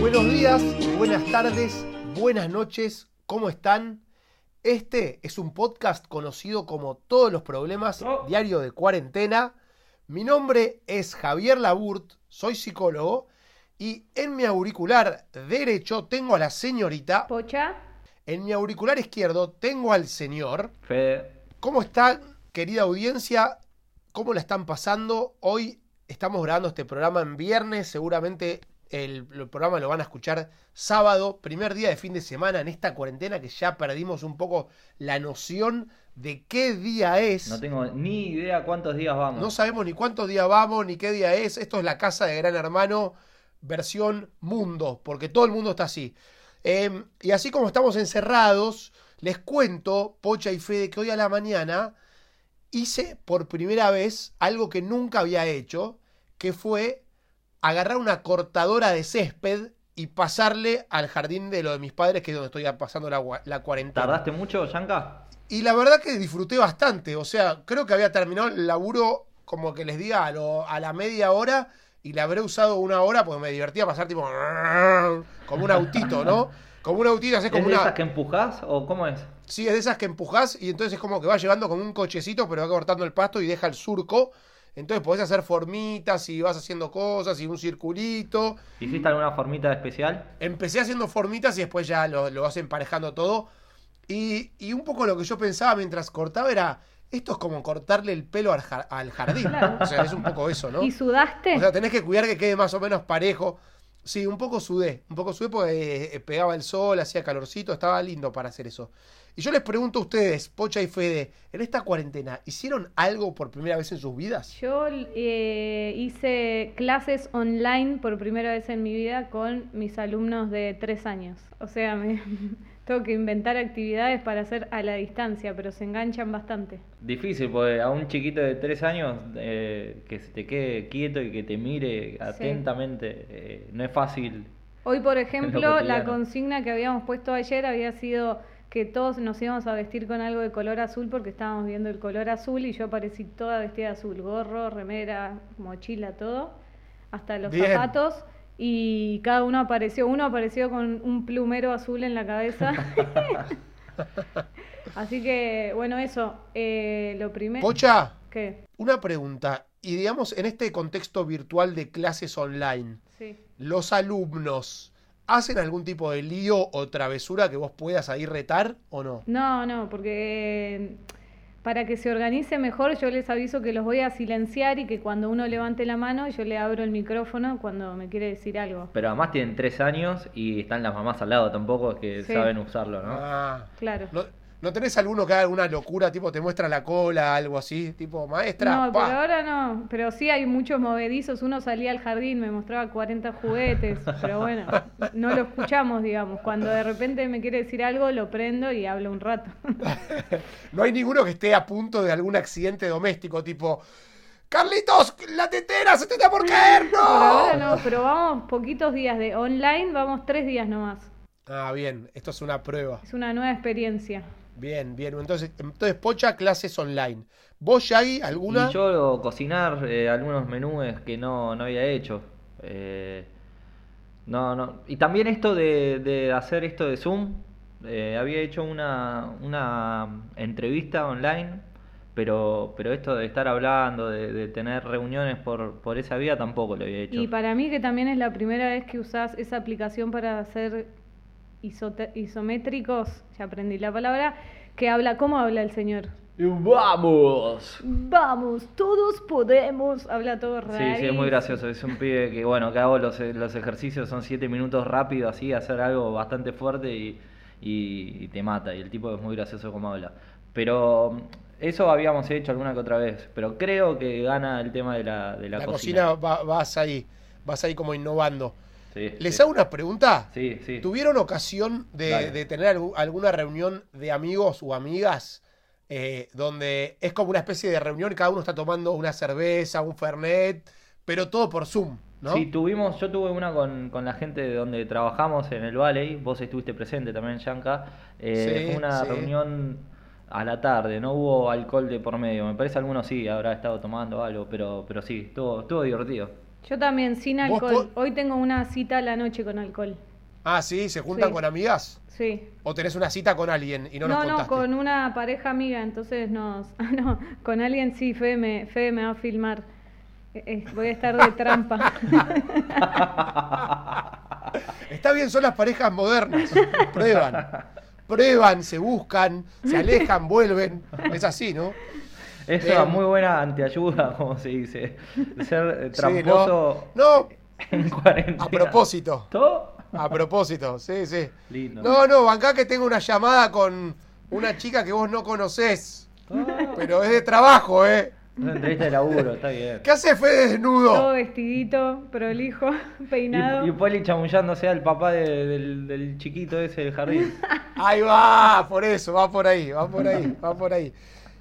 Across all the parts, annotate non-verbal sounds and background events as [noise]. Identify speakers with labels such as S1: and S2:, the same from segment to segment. S1: Buenos días, buenas tardes, buenas noches, ¿cómo están? Este es un podcast conocido como Todos los Problemas, Diario de Cuarentena. Mi nombre es Javier Laburt, soy psicólogo y en mi auricular derecho tengo a la señorita,
S2: Pocha,
S1: en mi auricular izquierdo tengo al señor.
S3: Fede.
S1: ¿Cómo está, querida audiencia? ¿Cómo la están pasando? Hoy estamos grabando este programa en viernes. Seguramente el, el programa lo van a escuchar sábado, primer día de fin de semana en esta cuarentena que ya perdimos un poco la noción de qué día es.
S3: No tengo ni idea cuántos días vamos.
S1: No sabemos ni cuántos días vamos, ni qué día es. Esto es la casa de Gran Hermano, versión mundo, porque todo el mundo está así. Eh, y así como estamos encerrados, les cuento, Pocha y Fede, que hoy a la mañana hice por primera vez algo que nunca había hecho, que fue agarrar una cortadora de césped y pasarle al jardín de lo de mis padres, que es donde estoy pasando la, gua- la cuarentena.
S3: ¿Tardaste mucho, Yanka?
S1: Y la verdad que disfruté bastante. O sea, creo que había terminado el laburo, como que les diga, a, lo- a la media hora. Y la habré usado una hora porque me divertía pasar tipo. [laughs] Como un autito, ¿no? Como un autito, haces
S3: ¿Es
S1: como
S3: de
S1: una.
S3: esas que empujás o cómo es?
S1: Sí, es de esas que empujás y entonces es como que va llevando como un cochecito, pero va cortando el pasto y deja el surco. Entonces podés hacer formitas y vas haciendo cosas y un circulito.
S3: ¿Hiciste alguna formita especial?
S1: Empecé haciendo formitas y después ya lo, lo vas emparejando todo. Y, y un poco lo que yo pensaba mientras cortaba era, esto es como cortarle el pelo al, jar- al jardín. O sea, es un poco eso, ¿no?
S2: ¿y sudaste?
S1: O sea, tenés que cuidar que quede más o menos parejo. Sí, un poco sudé, un poco sudé porque eh, pegaba el sol, hacía calorcito, estaba lindo para hacer eso. Y yo les pregunto a ustedes, Pocha y Fede, en esta cuarentena, ¿hicieron algo por primera vez en sus vidas?
S2: Yo eh, hice clases online por primera vez en mi vida con mis alumnos de tres años. O sea, me- [laughs] tengo que inventar actividades para hacer a la distancia, pero se enganchan bastante.
S3: Difícil, porque a un chiquito de 3 años eh, que se te quede quieto y que te mire atentamente eh, no es fácil.
S2: Hoy, por ejemplo, la
S3: cotidiano.
S2: consigna que habíamos puesto ayer había sido que todos nos íbamos a vestir con algo de color azul porque estábamos viendo el color azul y yo aparecí toda vestida de azul, gorro, remera, mochila, todo, hasta los
S1: Bien.
S2: zapatos y cada uno apareció, uno apareció con un plumero azul en la cabeza. [laughs] Así que, bueno, eso, eh, lo primero...
S1: Pocha,
S2: ¿Qué?
S1: una pregunta. Y digamos, en este contexto virtual de clases online,
S2: Sí.
S1: ¿los alumnos hacen algún tipo de lío o travesura que vos puedas ahí retar o no?
S2: No, no, porque eh, para que se organice mejor yo les aviso que los voy a silenciar y que cuando uno levante la mano yo le abro el micrófono cuando me quiere decir algo.
S3: Pero además tienen 3 años y están las mamás al lado, tampoco es que
S2: Sí.
S3: saben usarlo, ¿no?
S1: Ah.
S2: Claro.
S1: ¿No, no tenés alguno que haga alguna locura, tipo te muestra la cola, algo así? Tipo, maestra,
S2: No,
S1: pa.
S2: por ahora no, pero sí hay muchos movedizos. Uno salía al jardín, me mostraba 40 juguetes, pero bueno, no lo escuchamos, digamos. Cuando de repente me quiere decir algo, lo prendo y hablo un rato. [laughs]
S1: No hay ninguno que esté a punto de algún accidente doméstico, tipo, Carlitos, la tetera se te está por
S2: [laughs]
S1: caer,
S2: Por ahora
S1: no.
S2: no, pero vamos poquitos días de online, vamos tres días nomás.
S1: Ah, bien, esto es una prueba.
S2: Es una nueva experiencia.
S1: Bien, bien. Entonces, entonces Pocha, clases online. ¿Vos, Yagi, alguna?
S3: Y yo cocinar eh, algunos menúes que no, no había hecho. Eh, no, no. Y también esto de, de hacer esto de Zoom. eh, había hecho una, una entrevista online, pero, pero esto de estar hablando, de, de tener reuniones por, por esa vía, tampoco lo había hecho.
S2: Y para mí que también es la primera vez que usás esa aplicación para hacer isote- isométricos, ya aprendí la palabra, que habla, ¿cómo habla el señor?
S3: ¡Vamos!
S2: Vamos, todos podemos, habla todo
S3: Sí, sí, es muy gracioso. Es un pibe que, bueno, que hago los, los ejercicios, son siete minutos rápido, así, hacer algo bastante fuerte y, y- y te mata. Y el tipo es muy gracioso como habla. Pero mm, eso habíamos hecho alguna que otra vez. Pero creo que gana el tema de la, de la
S1: la
S3: cocina.
S1: cocina, va- vas ahí, vas ahí como innovando.
S3: Sí,
S1: ¿Les
S3: sí.
S1: hago una pregunta?
S3: Sí, sí.
S1: ¿Tuvieron ocasión de,
S3: Dale.
S1: de tener algu- alguna reunión de amigos o amigas eh, donde es como una especie de reunión y cada uno está tomando una cerveza, un fernet, pero todo por Zoom, ¿no?
S3: Sí, tuvimos, yo tuve una con, con la gente de donde trabajamos en el Valley, vos estuviste presente también, Yanka. Eh,
S1: Sí,
S3: fue una
S1: sí.
S3: reunión a la tarde, no hubo alcohol de por medio. Me parece algunos sí, habrá estado tomando algo, pero, pero sí, estuvo, estuvo divertido.
S2: Yo también, sin
S1: ¿Vos
S2: alcohol.
S1: po-
S2: Hoy tengo una cita a la noche con alcohol.
S1: Ah, sí, se juntan
S2: Sí.
S1: con amigas.
S2: Sí.
S1: O tenés una cita con alguien y no,
S2: No,
S1: nos
S2: no,
S1: contaste.
S2: con una pareja amiga, entonces nos... [laughs] Ah, no, con alguien sí, Fede me, Fede me va a filmar. Eh, eh, voy a estar de
S1: [laughs]
S2: trampa. [laughs]
S1: Está bien, son las parejas
S3: [laughs]
S1: modernas. Prueban. Prueban, se buscan, se alejan,
S2: [laughs]
S1: vuelven. Es así, ¿no?
S3: Es
S1: Eh,
S3: una muy buena antiayuda, [laughs] como se dice. Ser eh,
S1: Sí, ¿no?
S3: tramposo
S1: No,
S3: en [laughs] cuarentena.
S1: a propósito.
S3: ¿Todo?
S1: A propósito, sí, sí.
S3: Lindo.
S1: No, no, bancá que tengo una llamada con una chica que vos no conocés.
S3: ¿Todo?
S1: Pero es de trabajo, ¿eh?
S3: Una entrevista de laburo, está bien.
S1: ¿Qué hace Fede
S2: Todo
S1: desnudo?
S2: vestidito, prolijo, [laughs] peinado.
S3: Y, y Poli chamullándose al papá de- del, del chiquito ese del jardín.
S1: Ahí va, por eso, va por ahí, va por ahí, va por ahí.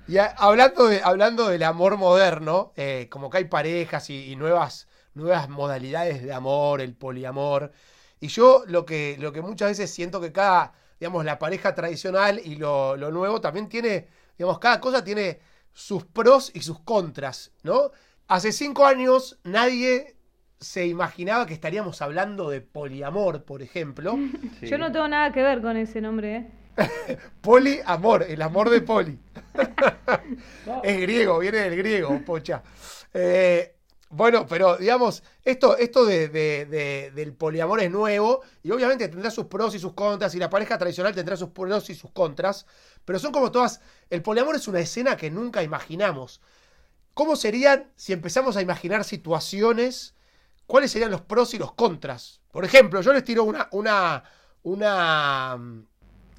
S1: Y a- hablando, de, hablando del amor moderno, eh, como que hay parejas y, y nuevas, nuevas modalidades de amor, el poliamor. Y yo lo que, lo que muchas veces siento que cada, digamos, la pareja tradicional y lo, lo nuevo también tiene, digamos, cada cosa tiene sus pros y sus contras, ¿no? Hace cinco años nadie se imaginaba que estaríamos hablando de poliamor, por ejemplo.
S3: Sí.
S2: Yo no tengo nada que ver con ese nombre, ¿eh?
S1: Poli, amor, el amor de Poli. es griego, viene del griego, pocha. Eh, bueno, pero digamos, esto, esto de, de- de- del poliamor es nuevo y obviamente tendrá sus pros y sus contras y la pareja tradicional tendrá sus pros y sus contras, pero son como todas, el poliamor es una escena que nunca imaginamos. ¿Cómo serían si empezamos a imaginar situaciones? ¿Cuáles serían los pros y los contras? Por ejemplo, yo les tiro una, una, una, mm,
S3: Un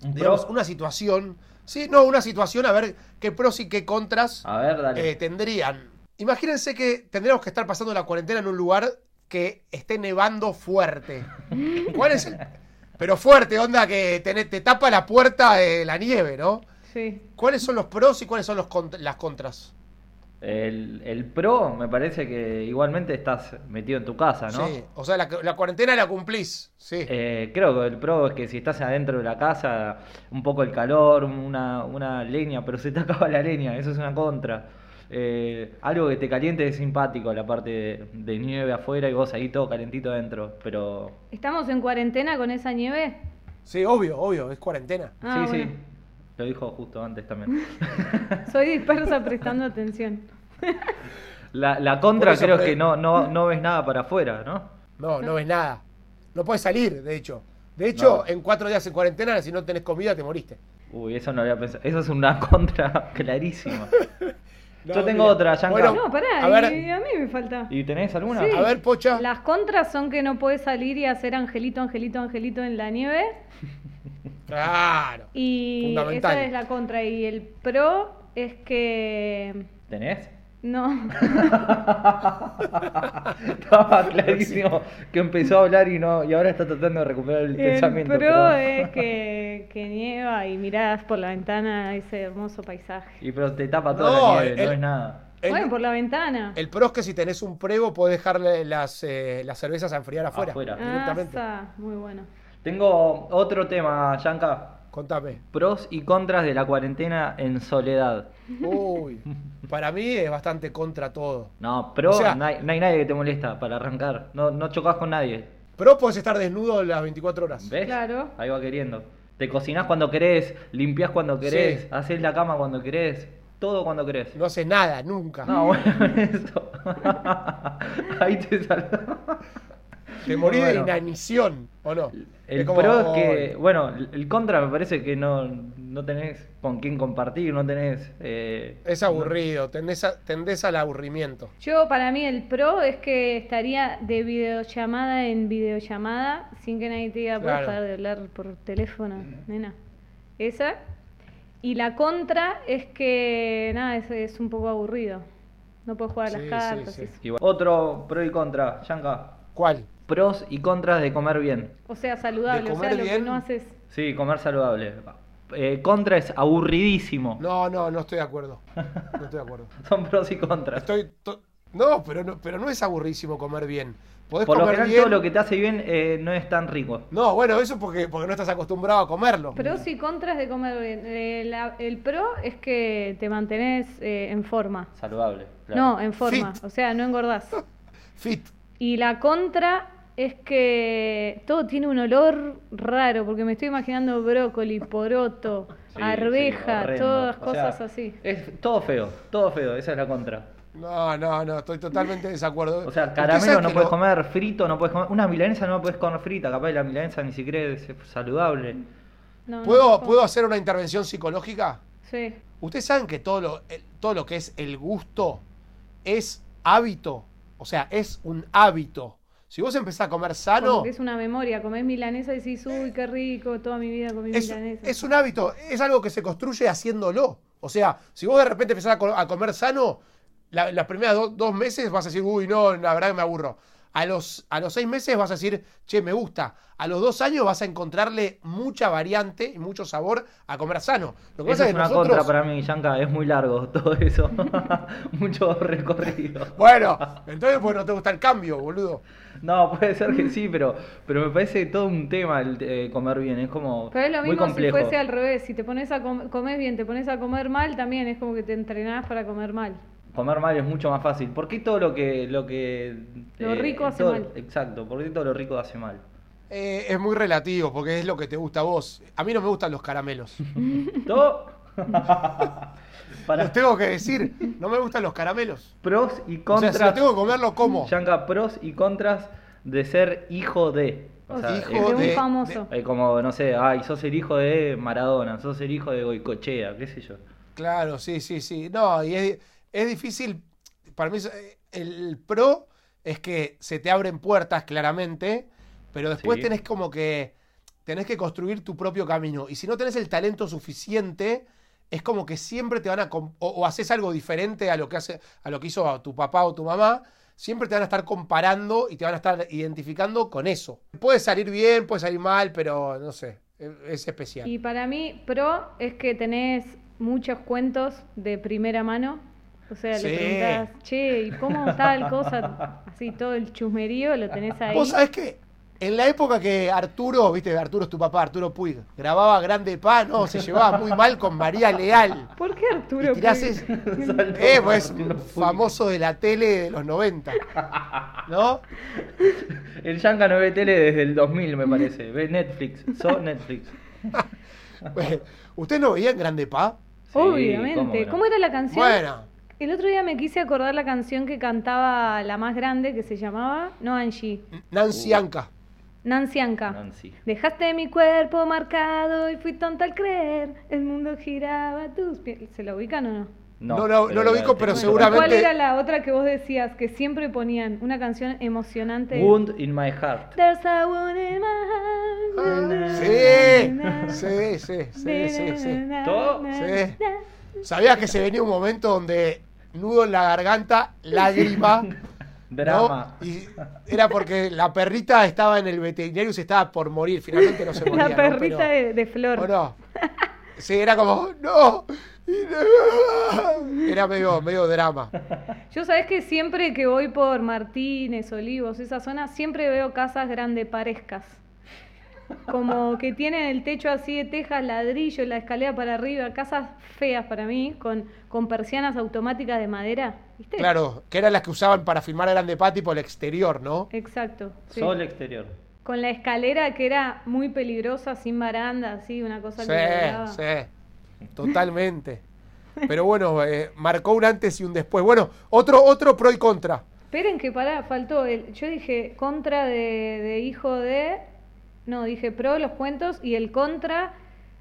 S3: pro.
S1: digamos, una situación. Sí, no, una situación, a ver qué pros y qué contras
S3: A ver, Ah, dale.
S1: eh, tendrían. Imagínense que tendríamos que estar pasando la cuarentena en un lugar que esté nevando
S3: [laughs]
S1: fuerte. ¿Cuál es el- Pero fuerte, onda, que te, te tapa la puerta de la nieve, ¿no?
S2: Sí.
S1: ¿Cuáles son los pros y cuáles son los cont- las contras?
S3: El, el pro me parece que igualmente estás metido en tu casa, Ah, ¿no?
S1: Sí, o sea, la, la cuarentena la cumplís, sí.
S3: Eh, creo que el pro es que si estás adentro de la casa, un poco el calor, una, una leña, pero se te [laughs] acaba la leña, eso es una contra. Eh, algo que te caliente es simpático, la parte de, de nieve afuera y vos ahí todo calentito adentro, pero...
S2: ¿Estamos en cuarentena con esa nieve?
S1: Sí, obvio, obvio, es cuarentena.
S2: Ah,
S3: sí, sí,
S2: bueno.
S3: lo dijo justo antes
S2: [laughs]
S3: también.
S2: Soy dispersa prestando atención.
S3: La, la contra
S1: Por eso
S3: creo
S1: pre-
S3: que no, no, no ves nada para afuera, ¿no?
S1: No, no ves nada. No puedes salir, de hecho. De hecho,
S3: No.
S1: en cuatro días en cuarentena, si no tenés comida, te moriste.
S3: Uy, eso no lo había pensado. Eso es una [laughs] contra clarísima.
S1: No,
S3: Yo tengo
S1: mira.
S3: otra, Yanka.
S1: Bueno,
S2: No, pará, eh.
S1: a
S2: y-
S1: ver.
S2: y a mí me falta.
S3: ¿Y tenés alguna?
S2: Sí.
S1: A ver, Pocha.
S2: Las contras son que no puedes salir y hacer angelito, angelito, angelito en la nieve.
S1: Claro.
S2: Y
S1: Fundamental.
S2: esa es la contra. Y el pro es que.
S3: ¿Tenés? [laughs]
S2: No.
S3: Estaba clarísimo que empezó a hablar y no y ahora está tratando de recuperar el,
S2: El
S3: pensamiento.
S2: pro
S3: pero-
S2: es que, que nieva y mirás por la ventana ese hermoso paisaje.
S3: Y pero te tapa toda
S1: No, eh,
S3: la nieve,
S1: el-
S3: no es nada.
S1: El,
S2: bueno, pues. por la ventana.
S1: el pro es que si tenés un prego, podés dejarle las, eh, las cervezas a enfriar afuera.
S3: Afuera.
S2: Ah,
S1: Directamente.
S2: está muy bueno.
S3: Tengo otro tema, Yanka.
S2: [laughs]
S1: Contame.
S3: Pros y contras de la cuarentena en soledad.
S1: Uy. Para mí es bastante contra todo.
S3: No, pro,
S1: O sea-
S3: no, hay, no hay nadie que te molesta para arrancar. No, no chocas con nadie.
S1: Pro podés estar desnudo las 24 horas.
S3: ¿Ves?
S2: Claro.
S3: Ahí va queriendo. Te cocinás cuando querés, limpiás cuando querés,
S1: Sí.
S3: haces la cama cuando querés, todo cuando querés.
S1: No haces nada, nunca.
S3: No, [laughs] bueno, eso. [laughs] Ahí
S1: [laughs]
S3: te salvó.
S1: Te morís
S3: Bueno.
S1: de inanición, ¿o no?
S3: El
S1: Es como,
S3: pro es
S1: "Ay".
S3: que, bueno, el el contra me parece que no, no tenés con quién compartir, no tenés... eh,
S1: Es aburrido, tendés, a- tendés al aburrimiento.
S2: Yo, para mí, el pro es que estaría de videollamada en videollamada sin que nadie te diga, por
S1: Claro.
S2: dejar de hablar por teléfono, nena. Esa. Y la contra es que, nada, es, es un poco aburrido. No puedes jugar a las
S1: Sí, sí,
S2: cartas.
S1: sí.
S2: eso.
S3: y bueno. Otro pro y contra, Yanka.
S1: ¿Cuál?
S3: Pros y contras de comer bien.
S2: O sea, saludable,
S1: De
S2: o sea,
S1: comer
S2: lo que
S1: bien.
S2: no haces.
S3: Sí, comer saludable. Eh, contra es aburridísimo. [laughs]
S1: No, no, no estoy de acuerdo. No estoy de acuerdo.
S3: Son pros y contras.
S1: Estoy to- No, pero no, pero no es aburrísimo comer bien. Podés
S3: Por lo
S1: comer
S3: general,
S1: bien.
S3: todo lo que te hace bien eh, no es tan rico.
S1: No, bueno, eso porque, porque no estás acostumbrado a comerlo.
S2: Pros y contras de comer bien. Eh, la- el pro es que te mantenés eh, en forma.
S3: Saludable.
S2: No, en forma.
S1: Fit.
S2: O sea, no
S1: [laughs]
S2: engordás.
S1: Fit.
S2: Y la contra es que todo tiene un olor raro, porque me estoy imaginando brócoli, poroto,
S3: Sí,
S2: arveja,
S3: sí, horrendo.
S2: todas
S3: O
S2: cosas
S3: sea,
S2: así.
S3: Es todo feo, todo feo, esa es la contra.
S1: No, no, no, estoy totalmente en desacuerdo.
S3: O sea,
S1: Usted sabe
S3: caramelo no
S1: que
S3: puedes
S1: lo-
S3: comer, frito no puedes comer, una milanesa no la puedes comer frita, capaz la milanesa ni siquiera es saludable.
S2: No, no,
S1: ¿Puedo,
S2: no.
S1: ¿Puedo hacer una intervención psicológica?
S2: Sí.
S1: Ustedes saben que todo lo, el- todo lo que es el gusto es hábito. O sea, es un hábito. Si vos empezás a comer
S2: Como
S1: sano,
S2: que es una memoria, comés milanesa y decís, uy, qué rico, toda mi vida comí
S1: es,
S2: milanesa.
S1: es un hábito, es algo que se construye haciéndolo. O sea, si vos de repente empezás a, co- a comer sano, la- las primeras do- dos meses vas a decir, uy, no, la verdad que me aburro. A los, a los seis meses vas a decir, che, me gusta. A los dos años vas a encontrarle mucha variante y mucho sabor a comer sano. Lo que pasa
S3: Esa es
S1: es que
S3: una
S1: nosotros...
S3: contra para mí, Yanka, es muy largo todo eso, [laughs] mucho recorrido.
S1: Bueno, entonces pues no te gusta el cambio, boludo.
S3: No, puede ser que sí, pero, pero me parece todo un tema el eh, comer bien, es como
S2: Pero es lo
S3: muy
S2: mismo si
S3: complejo.
S2: fuese al revés, si te pones a com- comer bien, te pones a comer mal, también es como que te entrenás para comer mal.
S3: Comer mal es mucho más fácil. ¿Por qué todo lo que... Lo, que, eh,
S2: Lo rico hace
S3: todo-
S2: mal.
S3: Exacto, ¿por qué todo lo rico
S2: [laughs]
S3: hace mal?
S1: Eh, es muy relativo porque es lo que te gusta a vos. A mí no me gustan los caramelos.
S3: ¿Todo?
S1: [laughs]
S3: Para
S1: Los tengo que decir, no me gustan los caramelos.
S3: pros
S1: O
S3: y
S1: sea,
S3: contras.
S1: si lo tengo que comer, lo como.
S3: Yanka, pros y contras de ser hijo de. O sea,
S1: Hijo
S2: de un
S1: de-
S2: famoso.
S3: eh, como, no sé, ay, sos el hijo de Maradona, sos el hijo de Goicochea,
S2: [laughs]
S3: qué sé yo.
S1: Claro, sí, sí, sí. No, y es, es difícil. Para mí, es- eh, el pro es que se te abren puertas, claramente, pero después
S3: Sí.
S1: tenés como que. Tenés que construir tu propio camino. Y si no tenés el talento suficiente, es como que siempre te van a. com- O, o haces algo diferente a lo que hace, a lo que hizo tu papá o tu mamá. Siempre te van a estar comparando y te van a estar identificando con eso. Puede salir bien, puede salir mal, pero no sé. Es, es especial.
S2: Y para mí, pro es que tenés muchos cuentos de primera mano. O sea,
S1: Sí.
S2: le preguntás, che, ¿y cómo tal cosa? Así todo el chusmerío lo tenés ahí.
S1: Vos sabés que en la época que Arturo, viste, Arturo es tu papá, Arturo Puig, grababa Grande Pa, no, se llevaba muy mal con María Leal.
S2: ¿Por qué Arturo?
S1: Y tirás
S2: Puig?
S1: es-
S3: Saltó
S1: eh, pues
S3: Martino Puig.
S1: famoso de la tele de los 90. ¿No? [laughs]
S3: El Yanka no ve tele desde el 2000, me parece. Ve Netflix,
S2: [laughs]
S3: so Netflix.
S1: Bueno, ¿Ustedes no veían Grande Pa?
S3: Sí,
S2: Obviamente.
S3: no?
S2: ¿Cómo, era la canción?
S1: Bueno,
S2: El otro día me quise acordar la canción que cantaba la más grande, que se llamaba, no Angie,
S1: Nancy
S3: Uh.
S1: Anca.
S2: Nancy Anca.
S3: Nancy.
S2: Dejaste mi cuerpo marcado y fui tonta al creer. El mundo giraba a tus pies. ¿Se lo ubican o no?
S1: No, no, no lo
S3: la-
S1: ubico, pero
S3: tengo
S1: seguramente-
S2: ¿Cuál era la otra que vos decías que siempre ponían? Una canción emocionante.
S3: Wound in my heart.
S2: There's a wound in my
S1: Ah, Sí,
S2: heart.
S1: sí, sí, sí, sí, sí.
S3: ¿Todo?
S1: Sí. ¿Sabías que se venía un momento donde nudo en la garganta, lágrima?
S3: [laughs] Drama.
S1: ¿no? Y era porque la perrita estaba en el veterinario y se estaba por morir. Finalmente no se moría.
S2: La
S1: ¿no?
S2: perrita
S1: Pero-
S2: de, de flor.
S1: ¿O no? Sí, era como, ¡no! Era medio, medio drama.
S2: Yo sabés que siempre que voy por Martínez, Olivos, esa zona, siempre veo casas grande parezcas. Como que tienen el techo así de tejas, ladrillo, la escalera para arriba, casas feas para mí, con, con persianas automáticas de madera. ¿Viste?
S1: Claro, que eran las que usaban para filmar a Grande Pati por el exterior, ¿no?
S2: Exacto. sí.
S3: Sol exterior.
S2: Con la escalera que era muy peligrosa, sin baranda, así, una cosa
S1: Sí,
S2: que me daba.
S1: sí. Totalmente. Pero bueno, eh, marcó un antes y un después. Bueno, otro, otro pro y contra.
S2: Esperen que pará, faltó. El, yo dije contra de, de hijo de. No, dije pro los cuentos y el contra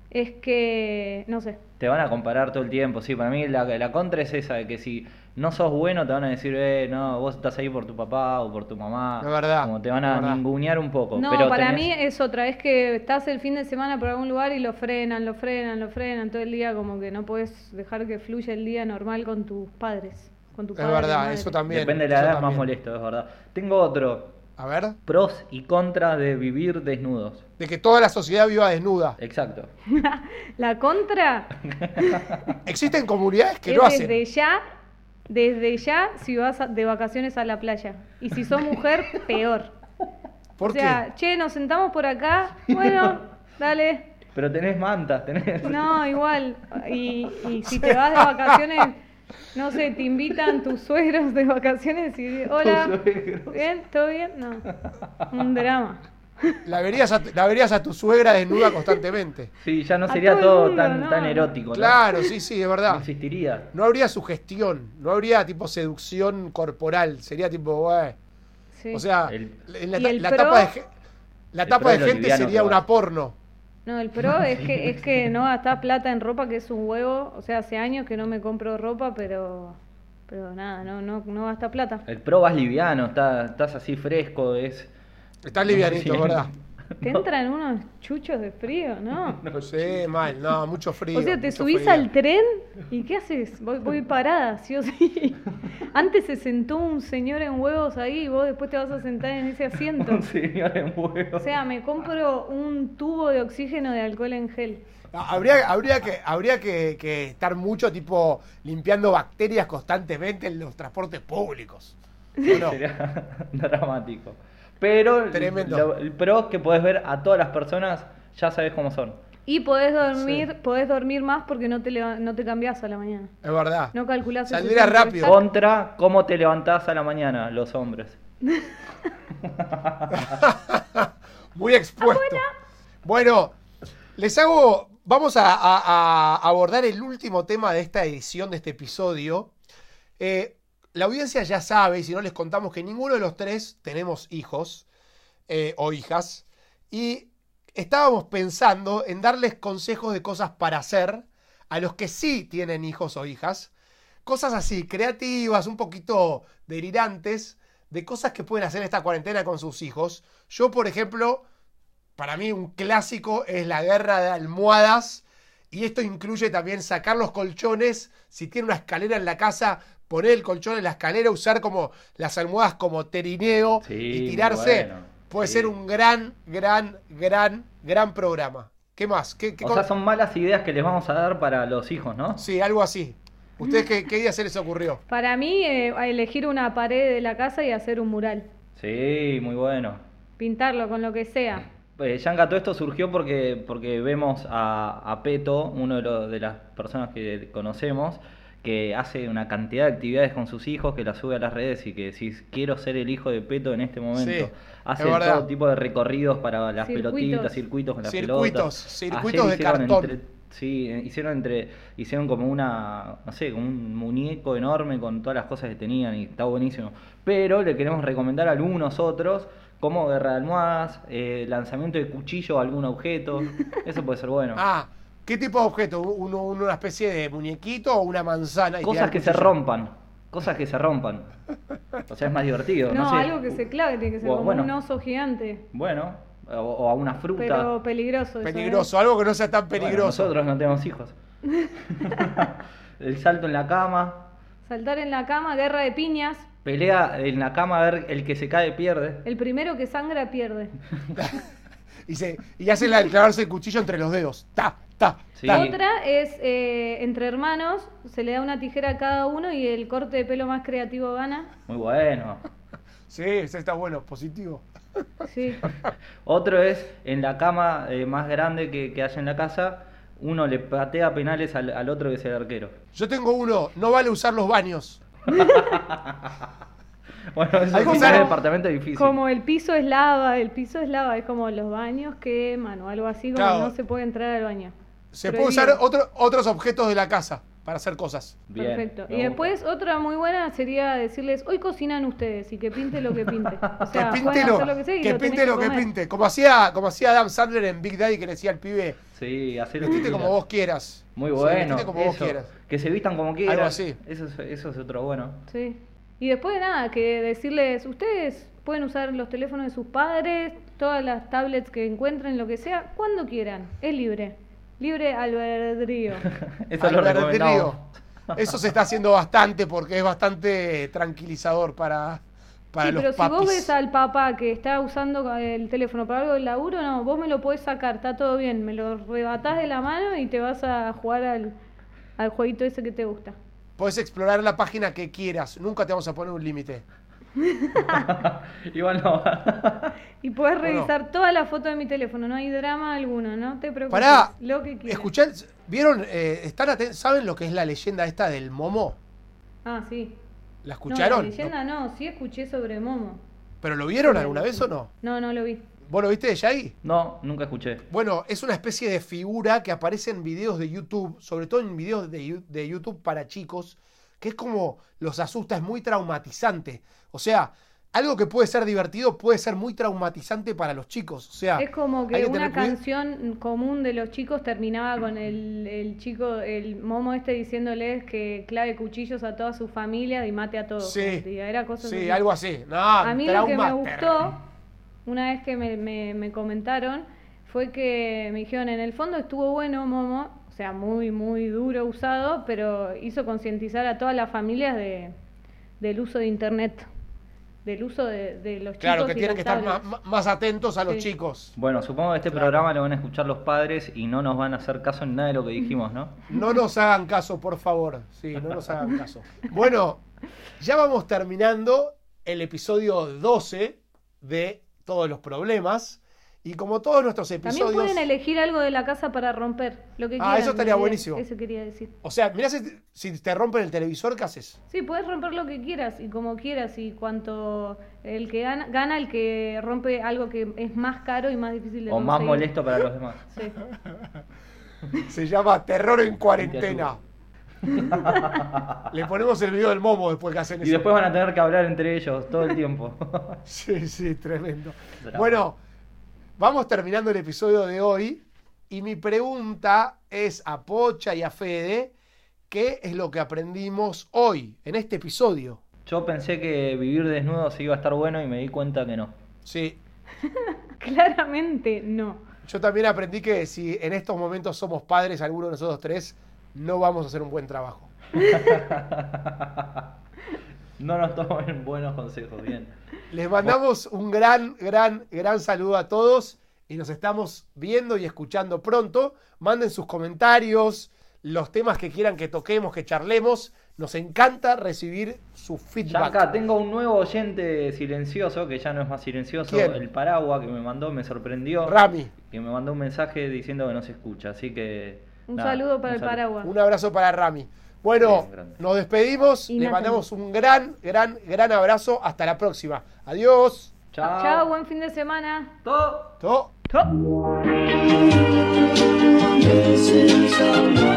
S2: es que. No sé.
S3: Te van a comparar todo el tiempo, sí. Para mí la, la contra es esa, de que si no sos bueno te van a decir, eh, no, vos estás ahí por tu papá o por tu mamá.
S1: Es verdad,
S3: Como te van
S1: es
S3: a
S1: verdad.
S3: ningunear un poco.
S2: No,
S3: pero
S2: para
S3: tenés-
S2: mí es otra. Es que estás el fin de semana por algún lugar y lo frenan, lo frenan, lo frenan todo el día, como que no puedes dejar que fluya el día normal con tus padres. Con tu
S1: Es
S2: padre,
S1: verdad,
S2: madre.
S1: eso también.
S3: Depende de la
S1: eso
S3: edad, es más
S1: también.
S3: molesto, es verdad. Tengo otro.
S1: A ver,
S3: Pros y contras de vivir desnudos.
S1: de que toda la sociedad viva desnuda.
S3: Exacto.
S2: La contra
S1: Existen comunidades que
S2: es
S1: lo hacen.
S2: desde ya Desde ya, si vas a- de vacaciones a la playa. Y si sos
S1: [laughs]
S2: mujer, peor.
S1: ¿Por
S2: o sea, che, nos sentamos por acá. Bueno, dale.
S3: Pero tenés mantas, tenés. [laughs]
S2: No, igual. Y, y si te vas de vacaciones, no sé, te invitan tus suegros de vacaciones y hola.
S3: suegros.
S2: ¿Bien? ¿Todo bien? No. Un drama.
S1: qué? La verías, a, la verías a tu suegra desnuda
S2: [laughs]
S1: constantemente.
S3: Sí, ya no
S2: A
S3: sería
S2: todo el
S3: todo,
S2: mundo,
S3: tan,
S2: no.
S3: tan erótico. ¿no?
S1: Claro, sí, sí, es
S3: No
S1: verdad.
S3: existiría.
S1: No habría sugestión, no habría tipo seducción corporal, sería tipo, "Bueh".
S2: Sí.
S1: o sea,
S3: El-
S1: en la,
S2: Y
S1: ta-
S2: el
S1: la
S2: pro-
S1: tapa de, ge- la
S3: El
S1: tapa
S3: pro
S1: de
S3: es lo
S1: gente
S3: liviano
S1: sería
S3: que
S1: una
S3: va.
S1: porno.
S2: No, el pro es que es que no gastar plata en ropa, que es un huevo. O sea, hace años que no me compro ropa, pero pero nada, no no no gasta plata.
S3: El pro vas liviano, está- estás así fresco, es.
S1: Estás livianito,
S3: Sí. [laughs]
S1: ¿verdad?
S2: Te entran unos chuchos de frío,
S1: [laughs]
S2: ¿no?
S1: Sí, mal, no, mucho frío.
S2: O sea, te
S1: mucho
S2: subís
S1: frío.
S2: al tren y ¿qué haces? Voy, voy parada, sí
S1: [laughs]
S2: o sí. Antes se sentó un señor en huevos ahí y vos después te vas a sentar en ese asiento.
S3: [laughs]
S1: [laughs]
S3: Un señor en huevo.
S2: O sea, me compro un tubo de oxígeno de alcohol en gel.
S1: Ah, Habría, habría, que, habría que, que estar mucho tipo limpiando bacterias constantemente en los transportes públicos. ¿O no?
S3: [laughs] Sería dramático. Pero el-
S1: Tremendo.
S3: lo- el pro es que podés ver a todas las personas, ya sabes cómo son.
S2: Y podés dormir, podés dormir más porque no te leva- no te cambiás a la mañana.
S1: Es verdad.
S2: No calculás el
S1: Saldría
S2: tiempo
S1: rápido.
S2: exacto.
S3: Contra cómo te levantás a la mañana, los hombres.
S1: [laughs] Muy expuesto. Bueno, les hago. Vamos a, a- a abordar el último tema de esta edición, de este episodio. Eh, la audiencia ya sabe, y si no les contamos, que ninguno de los tres tenemos hijos eh, o hijas. Y estábamos pensando en darles consejos de cosas para hacer a los que sí tienen hijos o hijas. Cosas así, creativas, un poquito delirantes, de cosas que pueden hacer esta cuarentena con sus hijos. Yo, por ejemplo, para mí un clásico es la guerra de almohadas. Y esto incluye también sacar los colchones. Si tiene una escalera en la casa, poner el colchón en la escalera, usar como las almohadas como terineo
S3: Sí,
S1: y
S3: muy
S1: tirarse.
S3: bueno.
S1: Puede
S3: Sí.
S1: ser un gran, gran, gran, gran programa. ¿Qué más? ¿Qué, qué
S3: O
S1: con-
S3: sea, son malas ideas que les vamos a dar para los hijos, ¿no?
S1: Sí, algo así. ¿Ustedes qué, qué día se les ocurrió?
S2: Para mí, eh, a elegir una pared de la casa y hacer un mural.
S3: Sí, muy bueno.
S2: Pintarlo con lo que sea.
S3: Eh, Yanga, todo esto surgió porque, porque vemos a, a Peto, uno de, los- de las personas que conocemos, que hace una cantidad de actividades con sus hijos, que las sube a las redes y que decís, quiero ser el hijo de Peto en este momento.
S1: Sí,
S3: hace
S1: es verdad.
S3: todo tipo de recorridos para las
S2: Circuitos.
S3: pelotitas, circuitos con las
S1: Circuitos,
S3: pelotas.
S1: circuitos
S3: Ayer
S1: de
S3: hicieron
S1: cartón.
S3: entre- sí, eh, hicieron entre, hicieron como una, no sé, como un muñeco enorme con todas las cosas que tenían y está buenísimo. Pero le queremos recomendar a algunos otros, como guerra de almohadas, eh, lanzamiento de cuchillo a algún
S2: [laughs]
S3: objeto, eso puede ser bueno.
S1: Ah, ¿qué tipo de objeto? ¿Un- un- ¿Una especie de muñequito o una manzana? y
S3: cosas
S1: tirar
S3: que
S1: el
S3: se
S1: cuchillo?
S3: rompan, cosas que se rompan. O sea, es más divertido.
S2: No,
S3: No, sé.
S2: algo que se clave, tiene que ser
S3: Bu-
S2: como
S3: bueno.
S2: un oso gigante.
S3: Bueno, o, o a una fruta.
S2: Pero peligroso. eso, ¿eh?
S1: Peligroso, algo que no sea tan
S3: Bueno,
S1: peligroso.
S3: nosotros no tenemos
S2: [laughs]
S3: hijos. el salto en la cama,
S2: Saltar en la cama, guerra de piñas.
S3: pelea en la cama a ver el que se cae pierde.
S2: El primero que sangra pierde.
S1: y, se, y hacen la de clavarse el cuchillo entre los dedos. Ta, ta,
S3: Sí.
S1: ta.
S2: Otra es eh, entre hermanos, se le da una tijera a cada uno y el corte de pelo más creativo gana.
S3: Muy bueno.
S1: Sí, ese está bueno, positivo.
S3: [laughs]
S2: Sí.
S3: Otro es en la cama eh, más grande que, que haya en la casa, uno le patea penales al, al otro que es el arquero. [laughs]
S1: Yo tengo uno, no vale usar los baños.
S3: Bueno, eso
S1: Hay
S3: es
S1: que
S3: un
S1: usar-
S3: departamento difícil.
S2: Como el piso es lava, el piso es lava, es como los baños queman o algo así, como
S1: Claro.
S2: no se puede entrar al baño.
S1: Se
S2: Prohibido.
S1: puede usar otro- otros objetos de la casa para hacer cosas.
S3: Bien,
S2: Perfecto.
S3: me
S2: Y
S3: gusta.
S2: después otra muy buena sería decirles, hoy cocinan ustedes y que pinte lo que
S3: [laughs]
S2: pinte. O sea,
S1: que pinte
S2: pueden
S1: lo
S2: hacer que, sea y
S1: que,
S2: lo tenés
S1: pinte, lo que
S2: comer.
S1: pinte. Como hacía, como hacía Adam Sandler en Big Daddy que le decía al pibe,
S3: Sí, hacer lo que
S1: vestite como
S3: quieras.
S1: vos quieras.
S3: Muy
S1: Sí,
S3: bueno.
S1: vestite como vos
S3: eso.
S1: quieras.
S3: Que se vistan como quieran.
S1: Algo así.
S3: Eso es, eso es otro bueno. [laughs]
S2: Sí. Y después de nada, que decirles, ustedes pueden usar los teléfonos de sus padres, todas las tablets que encuentren, lo que sea, cuando quieran. Es libre. Libre albedrío.
S3: Eso lo
S1: Alberto
S3: recomendamos. [laughs]
S1: Río. Eso se está haciendo bastante porque es bastante tranquilizador para, [laughs] para
S2: sí,
S1: los
S2: pero si
S1: papis.
S2: vos ves al papá que está usando eh, el teléfono para algo del laburo, no, vos me lo podés sacar, está todo bien. Me lo rebatás de la mano y te vas a jugar al, al jueguito ese que te gusta.
S1: Podés explorar la página que quieras, nunca te vamos a poner un límite.
S3: [laughs] Igual no.
S2: Y puedes
S1: Bueno.
S2: revisar toda la foto de mi teléfono, no hay drama alguno, no te preocupes.
S1: Pará,
S2: lo que quieras.
S1: Escuchá, ¿vieron? eh, están aten- ¿Saben lo que es la leyenda esta del Momo?
S2: Ah, sí.
S1: ¿La
S2: No,
S1: escucharon?
S2: la leyenda no, sí escuché sobre Momo.
S1: ¿Pero lo vieron alguna vez o no?
S2: No, no lo vi.
S1: ¿Vos lo viste, Yagi?
S3: No, nunca escuché.
S1: Bueno, es una especie de figura que aparece en videos de YouTube, sobre todo en videos de, Yu- de YouTube para chicos, que es como los asusta, es muy traumatizante. O sea, algo que puede ser divertido puede ser muy traumatizante para los chicos. O sea,
S2: Es como
S1: hay
S2: que
S1: que
S2: una
S1: tener cuida-
S2: canción común de los chicos terminaba con el, el chico, el momo este diciéndoles que clave cuchillos a toda su familia y mate a todos.
S1: Sí.
S2: como te diga, Era cosa
S1: sí, algo así. No, a
S2: A mí lo que me gustó, una vez que me, me- me comentaron, fue que me dijeron, en el fondo estuvo bueno Momo, o sea, muy, muy duro usado, pero hizo concientizar a todas las familias de, del uso de Internet, del uso de, de los chicos.
S1: Claro, que
S2: y
S1: tienen que
S2: las
S1: estar más,
S2: tablets.
S1: más atentos a los
S2: Sí.
S1: chicos.
S3: Bueno, supongo que este programa lo van a escuchar los padres y no nos van a hacer caso en nada de lo que dijimos, ¿no?
S1: No nos hagan caso, por favor. Sí, no nos hagan caso. Bueno, ya vamos terminando el episodio 12 de Todos los Problemas. Y como todos nuestros
S2: También
S1: episodios.
S2: pueden elegir algo de la casa para romper, lo que
S1: Ah, eso
S2: quieran.
S1: estaría
S2: en realidad,
S1: buenísimo.
S2: Eso quería decir.
S1: O sea, mirá si, si te rompen el televisor, ¿qué haces?
S2: Sí, puedes romper lo que quieras y como quieras y cuanto el que gana, gana el que rompe algo que es más caro y más difícil de
S3: O más
S2: conseguir.
S3: molesto para
S2: [laughs]
S3: los demás.
S2: Sí.
S1: Se llama Terror en Cuarentena. Le ponemos el video del momo después que [laughs] hacen eso.
S3: Y después van a tener que hablar entre ellos todo el tiempo. [laughs]
S1: Sí, sí, tremendo.
S3: Drama.
S1: Bueno, vamos terminando el episodio de hoy y mi pregunta es a Pocha y a Fede, ¿qué es lo que aprendimos hoy en este episodio?
S3: Yo pensé que vivir desnudo sí iba a estar bueno y me di cuenta que no.
S1: Sí,
S2: Claramente no.
S1: yo también aprendí que si en estos momentos somos padres, alguno de nosotros tres, no vamos a hacer un buen trabajo.
S3: No nos tomen buenos consejos, bien.
S1: Les mandamos un gran, gran, gran saludo a todos y nos estamos viendo y escuchando pronto. Manden sus comentarios, los temas que quieran que toquemos, que charlemos. Nos encanta recibir su
S3: Ya
S1: feedback.
S3: acá tengo un nuevo oyente silencioso, que ya no es más silencioso,
S1: ¿Quién?
S3: el Paraguas que me mandó, me sorprendió,
S1: Rami,
S3: que me mandó un mensaje diciendo que no se escucha, así que...
S2: Un
S3: nada,
S2: saludo para
S3: un
S2: el paraguas.
S1: un abrazo para Rami. Bueno,
S3: Bien, grande.
S1: nos despedimos,
S2: Y
S1: les
S2: Nathan.
S1: mandamos un gran, gran, gran abrazo. Hasta la próxima. Adiós.
S3: Chao.
S2: Chao, buen fin de semana.
S3: Todo.
S1: Chau.
S3: Chao.
S4: This is our life.